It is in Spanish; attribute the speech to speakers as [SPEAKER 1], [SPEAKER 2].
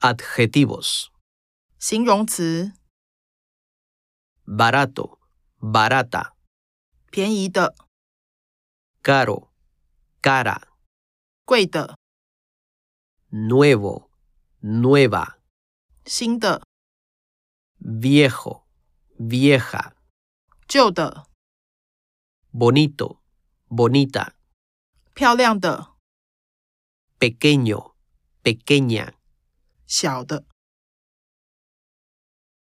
[SPEAKER 1] Adjetivos.
[SPEAKER 2] 形容词，
[SPEAKER 1] Barato, barata,
[SPEAKER 2] 便宜的、
[SPEAKER 1] caro, cara,
[SPEAKER 2] 贵的、
[SPEAKER 1] nuevo, nueva,
[SPEAKER 2] 新的、
[SPEAKER 1] viejo, vieja,
[SPEAKER 2] 旧的、
[SPEAKER 1] bonito, bonita,
[SPEAKER 2] 漂亮的、
[SPEAKER 1] pequeño, pequeña.
[SPEAKER 2] 小的。